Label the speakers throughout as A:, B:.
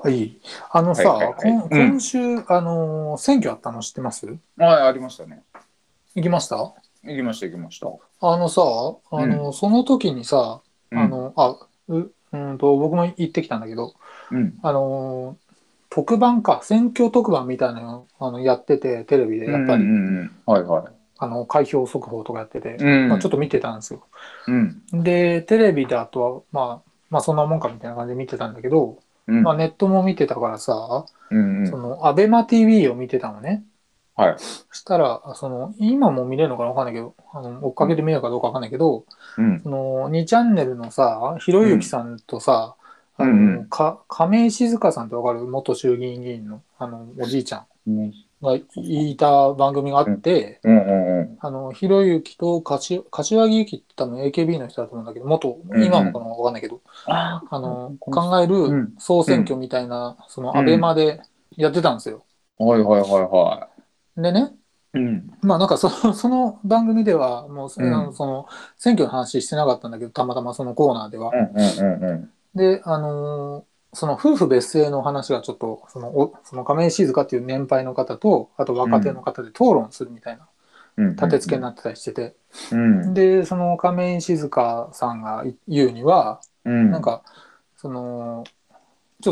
A: はい。あのさ、
B: はいはいはい
A: こん
B: うん
A: 今週、あのー選挙あったの知ってます
B: はい、ありましたね。
A: 行きました
B: 行きました、行きました。
A: あのさ、あのその時にさ、
B: うん
A: あ、の、あ、う、うんと、僕も行ってきたんだけど、
B: うん。
A: あのー特番か、選挙特番みたいなのあのやってて、テレビでやっぱり、
B: うんうんうん、はいは
A: あの開票速報とかやってて、
B: い。うん。
A: まあ、ちょっと見てたんですよ。
B: うん。
A: で、テレビだとは、まあ、まあそんなもんかみたいな感じで見てたんだけど、
B: うん。
A: まあネットも見てたからさ、
B: うんうん
A: その、アベマ TV を見てたのね。
B: はい。
A: そしたら、その、今も見れるのかなわかんないけど、あの、追っかけて見れるかどうかわかんないけど、
B: うん。
A: その、2チャンネルのさ、ひろゆきさんとさ、
B: うん
A: あの
B: うんうん
A: か亀井静香さんってわかる元衆議院議員の、あの、おじいちゃ
B: うん
A: んがいた番組があって、
B: うんうん。
A: あの、ひろゆきと柏柏木由紀って多分 AKB の人だと思うんだけど、元、
B: うんうん
A: 今もかなわかんないけど、
B: あ
A: あの、
B: この人
A: 考え
B: う
A: る
B: ん
A: 総選挙みたいな、その、アベマでやってたんですよ。
B: はいはいはいは
A: でね、
B: い。うん。
A: まあなんかその その番組ではもう、
B: うん
A: あのその選挙の話してなかったんだけどたまたまそのコーナーでは。
B: うんうんうんうん。
A: であのーその夫婦別姓の話がちょっとそのおその亀井静香っていう年配の方とあと若手の方で討論するみたいな
B: うん
A: 立て付けになってたりしてて、
B: うん。
A: でその亀井静香さんが言うには、
B: うん。
A: なん、かそのちょっ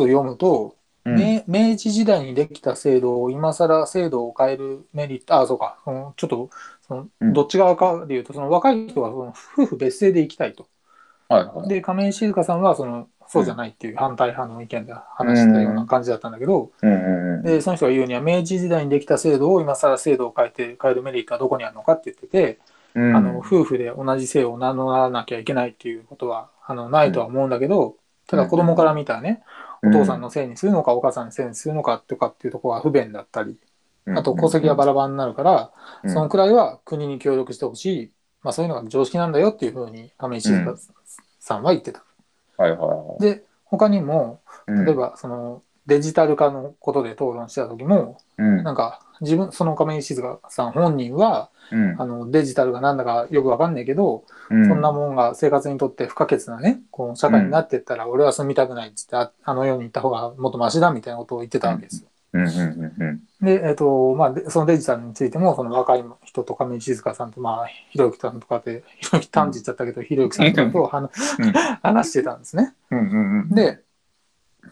A: と読むと、
B: うん。
A: 明明治時代にできた制度を今更制度を変えるメリットあそうかそのちょっとそ
B: うん
A: のどっち側かでいうと、その若い人はその夫婦別姓で行きたいと
B: はいはい。
A: で亀井静香さんはそのそうじゃないっていう反対派の意見で話したような感じだったんだけど、
B: うんうんうん。
A: でその人が言うには明治時代にできた制度を今更制度を変えて変えるメリットはどこにあるのかって言ってて、
B: うん
A: あの夫婦で同じ姓を名乗らなきゃいけないっていうことはあのないとは思うんだけど、ただ子供から見たらね、お父さんのせいにするのか、お母さんのせいにするのかとかっていうところは不便だったり、あと戸籍がバラバラになるから、
B: うん
A: そのくらいは国に協力してほしい、まあ、そういうのが常識なんだよっていうふうに亀井静香さんは言ってた。
B: はいはいは
A: で、他にも、
B: い。
A: 例えばそのデジタル化のことで討論してた時も、
B: うん、
A: なんか自分、その亀井静香さん本人は、
B: うん、
A: あのデジタルがなんだかよくわかんないけど、
B: うん
A: そんなもんが生活にとって不可欠なね、こう社会になってったら、俺は住みたくないっつって、ああの世に行った方がもっとマシだみたいなことを言ってたわけですよ。
B: うんうんうんうん
A: で、えっ、と、まあで、そのデジタルについても、その若い人と亀井静香さんと、まあ、ひろゆきさんとかで、ひろゆき単じっちゃったけど、ひろゆきさんとかとはな
B: うん
A: 話してたんですね。
B: うんうんうん、
A: で、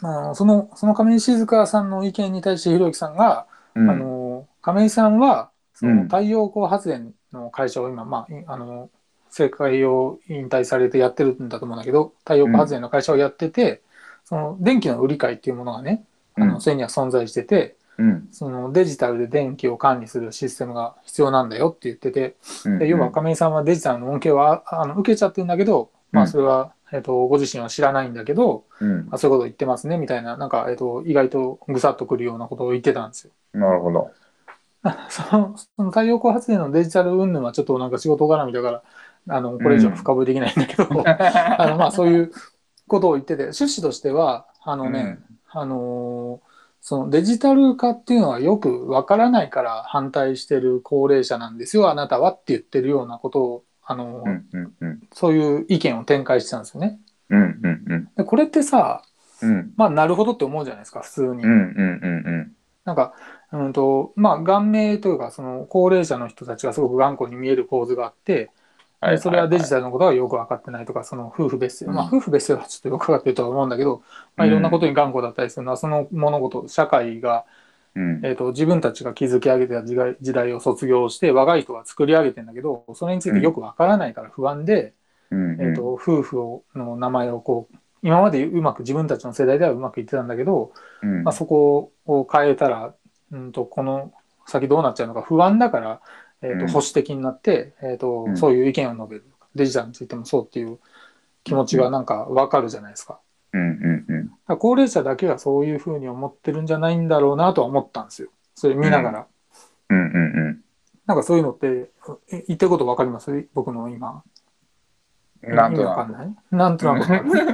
A: あのその、その亀井静香さんの意見に対してひろゆきさんが、
B: うん、
A: あの、亀井さんは、そ
B: うん
A: の太陽光発電の会社を今、まあい、あの、政界を引退されてやってるんだと思うんだけど、太陽光発電の会社をやってて、その電気の売り買いっていうものがね、あの、それには存在してて、
B: うん、
A: そのデジタルで電気を管理するシステムが必要なんだよって言ってて、
B: うん、
A: で要は亀井さんはデジタルの恩恵はああの受けちゃってるんだけど、まあ
B: うん
A: それは、えっと、ご自身は知らないんだけど、
B: うん
A: あ、そういうこと言ってますねみたいな、なんか、えっと、意外とぐさっとくるようなことを言ってたんですよ。
B: なるほど。
A: そのその太陽光発電のデジタル云々はちょっとなんか仕事絡みだからあのこれ以上深掘りできないんだけど、あのまあそういうことを言ってて趣旨としてはあのね、あのーそのデジタル化っていうのはよくわからないから反対してる高齢者なんですよあなたはって言ってるようなことをあのー、
B: うんうんうん
A: そういう意見を展開してたんですよね。
B: うんうんうん
A: でこれってさ
B: うん
A: まあなるほどって思うじゃないですか普通に。
B: うんうんうん
A: なんか、うんとまあ、顔面というかその高齢者の人たちがすごく頑固に見える構図があって、
B: うん
A: でそれはデジ
B: タ
A: タルのことはよく分かってないとかその夫婦別姓、
B: うん
A: まあ、夫婦別姓はちょっとよく分かってるとは思うんだけど、まあ、
B: うん
A: いろんなことに頑固だったりするのはその物事社会が、
B: ル
A: えー、と自分たちが築き上げてた時代時代を卒業して若い人が作り上げてんだけどそれについてよく分からないから不安で、えー、と夫婦をの名前をこう今までうまく自分たちの世代ではうまくいってたんだけど、まあ、そこを変えたら、うん、とこの先どうなっちゃうのか不安だから、えーと
B: うん
A: 保守的になって、えーと
B: うん
A: そういう意見を述べるデジタルについてもそうっていう気持ちがなんか分かるじゃないですか。
B: うんうんうん
A: だから高齢者だけがそういうふうに思ってるんじゃないんだろうなとは思ったんですよ。それ見ながら。
B: うんうん
A: なんかそういうのって、え言ってること分かります僕の今。
B: うんなんと
A: 意味わかん
B: な
A: ないなんとなくわかんない。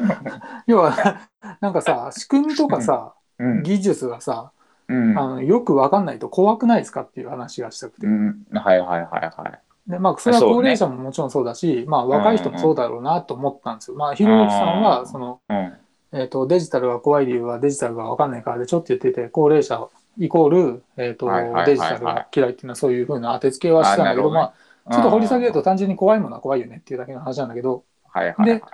A: 要は、なんかさ、仕組みとかさ、
B: くうん
A: 技術がさ、
B: うん
A: あのよく分かんないと怖くないですかっていう話がしたくて
B: う。んはいはいはいはい
A: でまあ、それは
B: そうね
A: 高齢者ももちろんそうだし、まあ、若い人もそうだろうなと思ったんですよ。まあ、ひろゆきさん
B: あー
A: はその
B: うん
A: えっ、と、デジタルが怖い理由はデジタルがわかんないからでちょって言ってて、高齢者イコール、えっ、と、
B: はいはいはいはい
A: デジタルが嫌いっていうのはそういうふうな当て付けはしてたんだけど、
B: あなるほどね
A: まあ、ちょっと掘り下げると単純に怖いものは怖いよねっていうだけの話なんだけど、
B: はいはいはい
A: で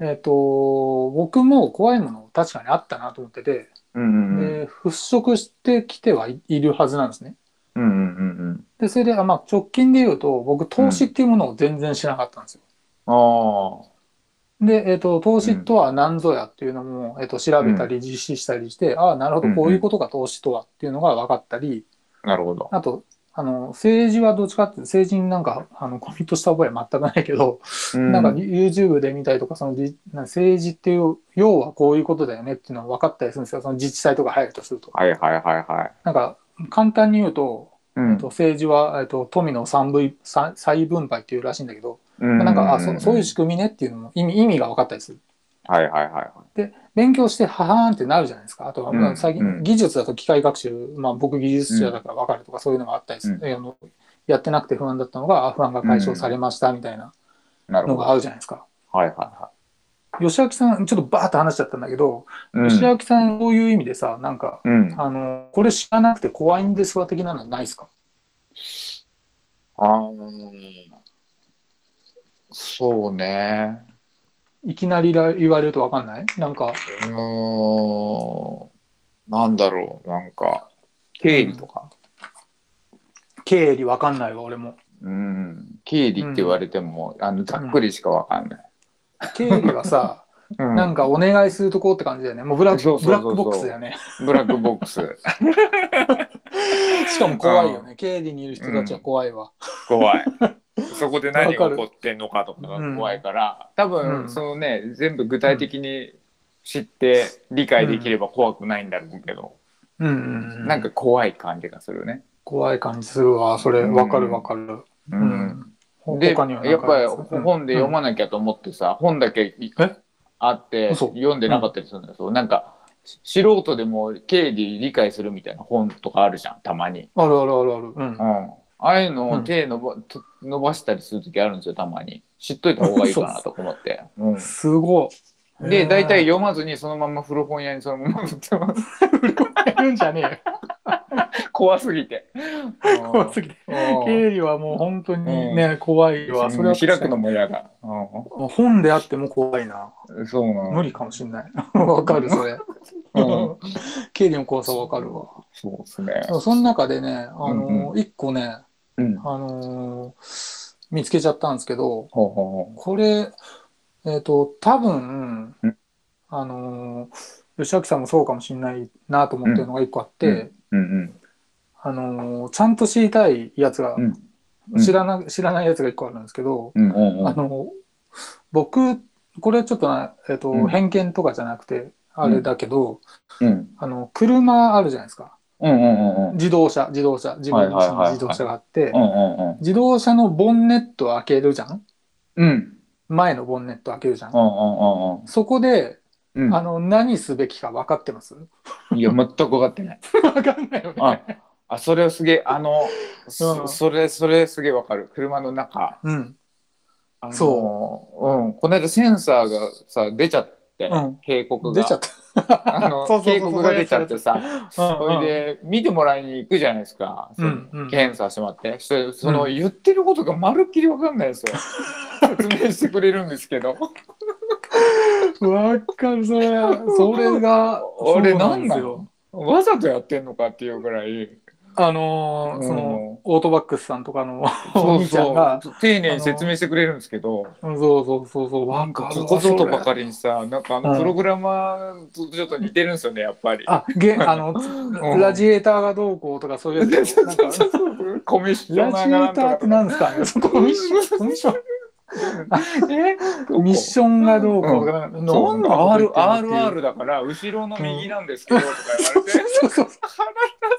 A: えっ、と、僕も怖いもの確かにあったなと思ってて、
B: うんうん
A: で払拭してきてはいいるはずなんですね。
B: うんうんうんうん
A: で、それで、あまあ、直近で言うと、僕、投資っていうものを全然しなかったんですよ。
B: ああ
A: で、えっ、と、投資とは何ぞやっていうのも、えっ、と、調べたり、実施したりして、ああ、なるほど、こういうことが投資とはっていうのが分かったり、
B: なるほど。
A: あと、あの、政治はどっちかって、政治になんか、あの、コミットした覚えは全くないけど、なんか YouTube で見たりとか、そのじ、なんか政治っていう、要はこういうことだよねっていうのは分かったりするんですよ。その自治体とか入るとすると。
B: はいはいはいはい。
A: なんか、簡単に言うと、
B: うん
A: えっと政治は、えっと、富の三分三再分配っていうらしいんだけど、
B: うう
A: なんかあそそういう
B: う
A: 仕組みねっていうのも意味意味が分かったりする。
B: はいはいはいはい。
A: 勉強してははーんってなるじゃないですか。あとは、
B: うん
A: 最近、
B: うん
A: 技術だと機械学習、まあ僕技術者だから分かるとかそういうのがあったりする。
B: うん
A: あのやってなくて不安だったのが、あ不安が解消されましたみたいな
B: なる
A: の
B: ほど。
A: があるじゃないですか。
B: はいはいは
A: 吉明さん、ちょっとバーッと話しちゃったんだけど、
B: い。うん
A: 吉明さん、そういう意味でさ、なんか、
B: うん。あ
A: あの、これ知らなくて怖いんですわ的なのないですか
B: あ。そうね。
A: いきなりら言われると分かんないなんか、
B: うーん。なんだろう。なんか、経理とか。
A: 経理分かんないわ、俺も。
B: うん。経理って言われても、あの、ざっくりしかわかんない。
A: 経理はさ、
B: うん
A: なんかお願いするとこって感じだよね。もうブラック
B: そうそう
A: ブラ
B: そうそう
A: ックボックスだよね。
B: ブラックボックス。
A: しかも怖いよね。経理にいる人たちは怖いわ。
B: 怖い。そこで何
A: わか
B: が
A: る
B: 起こってんのかとかが怖いから、多
A: う
B: 分
A: ん
B: そのね、全部具体的に知って理解できれば怖くないんだろうけど、
A: うんうんうん。
B: なんか怖い感じがするね。
A: 怖い感じするわ。それ、
B: うん
A: わかるわかる。
B: う。
A: うんほ
B: で、やっ
A: 他
B: ぱ
A: には
B: り
A: なんかあるんですか
B: 本で読まなきゃと思ってさ、本だけい
A: え
B: あって
A: 嘘
B: 読んでなかったりするんだけど、なんか素人でも経理理解するみたいな本とかあるじゃん、たまに。
A: うんあるあるあるある。うん
B: う。ん。ああいうの
A: う
B: を
A: ん
B: 手伸ば,と、伸ばしたりするときあるんですよ、たまに。知っといた方がいいかなとか思 って。うん
A: すごい。
B: で、大体
A: よ。
B: 読まずにそのまま古本屋にそのまま売ってます。
A: 言うんじゃねえよ。
B: 怖すぎて。
A: 怖すぎて。
B: うん
A: 経理はもう本当にね、怖いわ。それは
B: 開くのも嫌だ。
A: 本であっても怖いな。
B: うんそうな
A: 無
B: の。
A: 理かもしんない。わかる、それ。
B: うん
A: 経理の怖さわかるわ。
B: そうですね。
A: でもその中でね、あ
B: うん
A: の一個ね、
B: うん。
A: あのー見つけちゃったんですけど、
B: ほうほ
A: これ、えっ、と、多分
B: うん、
A: あのー吉明さんもそうかもしれないなと思ってるのが一個あって、
B: う。うんうん。
A: あのーちゃんと知りたいやつが、
B: うんうん
A: 知らな、知らないやつが一個あるんですけど、
B: うんうんう
A: あ
B: ん。
A: のー僕、これちょっとな、えっ、と、
B: うん
A: 偏見とかじゃなくて、あれだけど、
B: うん
A: あの、車あるじゃないですか。
B: うんうんうんうん。
A: 自動車、自動車、自分の
B: はいはいはいはい
A: 自動車があって
B: う、んうんうん。
A: 自動車のボンネットを開けるじゃん
B: うん
A: 前のボンネットを開けるじゃん、
B: うんうん
A: そこで、
B: うん
A: あの何すべきか分かってます
B: うん。いや、全く分かってない。
A: 分かんないよ
B: あ
A: ね。
B: あ、それをすげえ、あの、
A: う
B: そ
A: ん
B: それ、それすげえわかる。車の中。
A: うん。
B: そう、うん、この間センサーがさ出ちゃって、
A: うん
B: 警告が
A: 出ちゃった。
B: あの
A: そうそうそう
B: 警告が出ちゃってさ
A: うんうん
B: それで見てもらいに行くじゃないですか、
A: うんうん
B: 検査してもらってそその
A: う
B: 言ってることがまるっきり分かんない ですよ説明してくれるんですけど
A: 分かる、それ。それが、
B: 俺
A: そう
B: なん
A: で
B: な
A: す
B: の
A: よ。
B: わざとやってんのかっていうぐらい
A: あのーその、オートバックスさんとかのお
B: そう
A: 兄ちゃんが、
B: そう丁寧に説明してくれるんですけど
A: うんそうそうそうそう、
B: な
A: 分
B: ん
A: か
B: か
A: る
B: ここぞとば
A: り。
B: かりにさなんかあ
A: う
B: の
A: ん
B: プログラマーとちょっと似てるんですよねやっぱり。
A: あ、げあの、
B: ん
A: ラジエーターがどうこうとかそういうやつ。なんか
B: コミッショ
A: ラ
B: ナ
A: ジエ
B: ーが
A: ーターって何ですかねそこコミッション、コミッションミッションがどうこうとか、なんか
B: そう
A: 何のこと言ってんのっていう
B: RR だから後ろの右なんですけどとか言われて
A: そうそう
B: 腹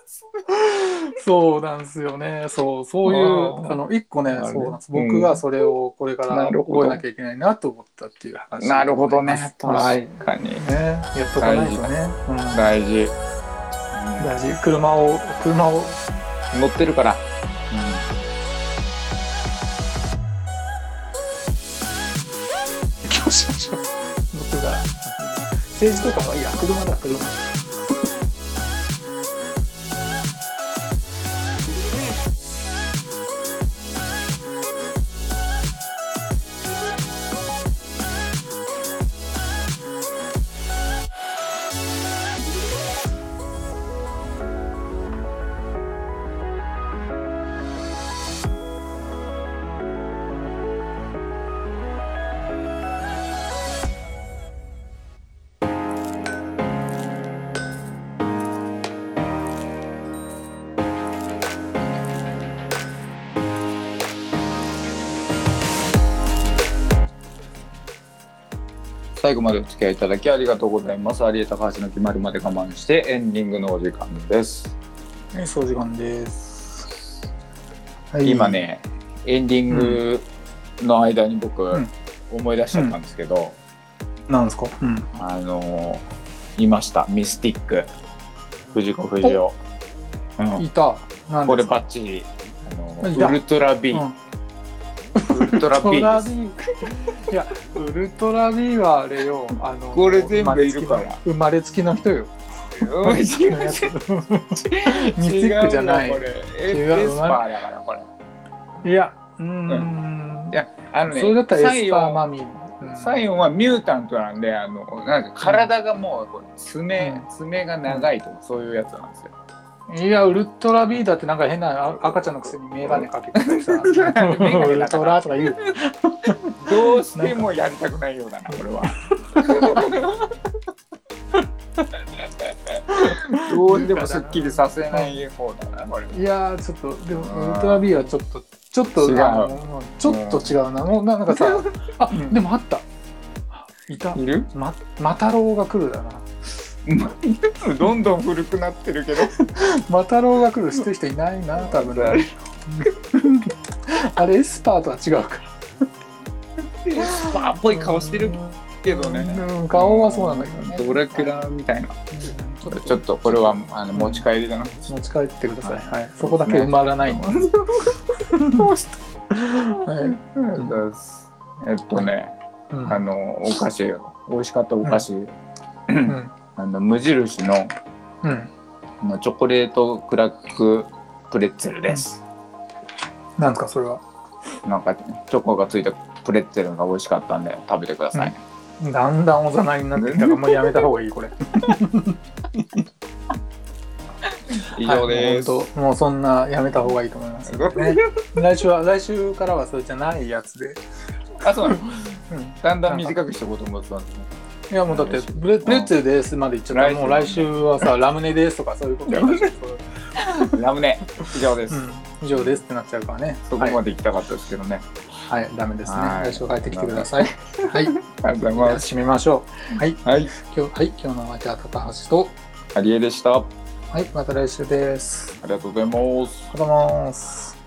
B: 立
A: そうなんですよね。そう、そういう
B: あ、ー
A: あの、一個ね、
B: なるほど
A: そうなんです。
B: うん
A: 僕がそれをこれから
B: なるほ
A: 覚
B: ど
A: えなきゃいけないなと思ったっていう話。
B: つ なるほどね
A: は
B: 確
A: い。
B: かに
A: ね、やっとかないとね。うん。
B: 大事
A: 大事。車を、車を
B: 乗ってるから
A: 教習所乗ってるから。政治とかはいいや車だ車
B: 最後までお付き合いいただきありがとうございます。有江高橋の決まりまで我慢してエンディングのお時間です。
A: はいそう時間です、はい
B: 今ね、エンディングの間に僕、
A: うん
B: 思い出しちゃったんですけど、
A: なんですかうん
B: あのーいました、ミスティック、藤子不二雄。うん
A: いたなん
B: こ
A: で
B: れ
A: すか
B: バッチリ、あの
A: いた
B: ーウルトラ B、
A: うん
B: ウルトラ B
A: ウルトラ
B: です。
A: B いやウルトラ B はあれよあの
B: これ全部いるから
A: 生まれつきの人 よ
B: うん 違
A: 生まれ
B: う
A: つきのやつミスティックじゃない
B: 違うよこれエ
A: 違う
B: エスパーだからこれ。
A: いやうーん
B: いやあのね、
A: それだったらエ
B: サ
A: ス
B: イ
A: パー
B: オン
A: マミー、うん
B: サイオンはミュータントなんで、あのなんか体がもうこう爪、
A: うん
B: 爪が長いとかそういうやつなんですよ。
A: いや、ウルトラビーだってなんか変なあ赤ちゃんのくせにメガネかけててさ、 ウルトラとか言う。
B: どうしてもやりたくないようだな、これは。 どうしてもすっきりさせない方だな、これは。
A: いやー、ちょっと、でも
B: うん
A: ウルトラビーはちょっと、ちょっと、
B: 違う
A: あのちょっと違うな。もうななん かさ、あ、
B: うん
A: でもあった。いた。
B: いる
A: ま、マタロウが来るだな。
B: どんどん古くなってるけど。
A: マタロウが来る知ってる人いないな、多分。うんあれ、エスパーとは違うから。
B: エスパーっぽい顔してるけどね。
A: うん顔はそうなんだけどね。
B: ドラキュラみたいな。
A: うんちょっと
B: ちょっとこれはあの持ち帰りだな。
A: 持ち帰ってください。はい。そこだけ埋まらない の。はい。
B: えっとね、
A: うん
B: あの、お菓子、美味しかったお菓子、
A: うん
B: あの無印の
A: うん。
B: あのチョコレートクラックプレッツェルです。
A: なんですか、それは。
B: なんか、チョコがついたプレッツェルが美味しかったんで、食べてください。
A: だんだんおざなりになってきたから、もうやめた方がいい、 これ。
B: 以上です。
A: はいもう本当もうそんなやめた方がいいと思います。ね来週は、来週からはそれじゃないやつで。
B: あ、そうなの
A: うん。
B: だんだん短くしていこうと思ってたんですね。
A: いや、もうだって、ブレブレッツェルですまで言っちゃったら、もう来週はさ、ラムネですとかそういうことやからう
B: ラムネ、以上です。
A: ん。以上ですってなっちゃうからね。
B: そこまで行きたかったですけどね。
A: はい、はいダメですね。
B: はい
A: 来週帰ってきてください。はい。じ
B: ありがとうござい
A: ゃあ
B: ます。
A: 締めましょう。はい。
B: はい、
A: 今日、はい、今日のお相手は高橋と、
B: アリエでした。あ
A: はい、また来週です。
B: りがとうございます。
A: ありがとうございます。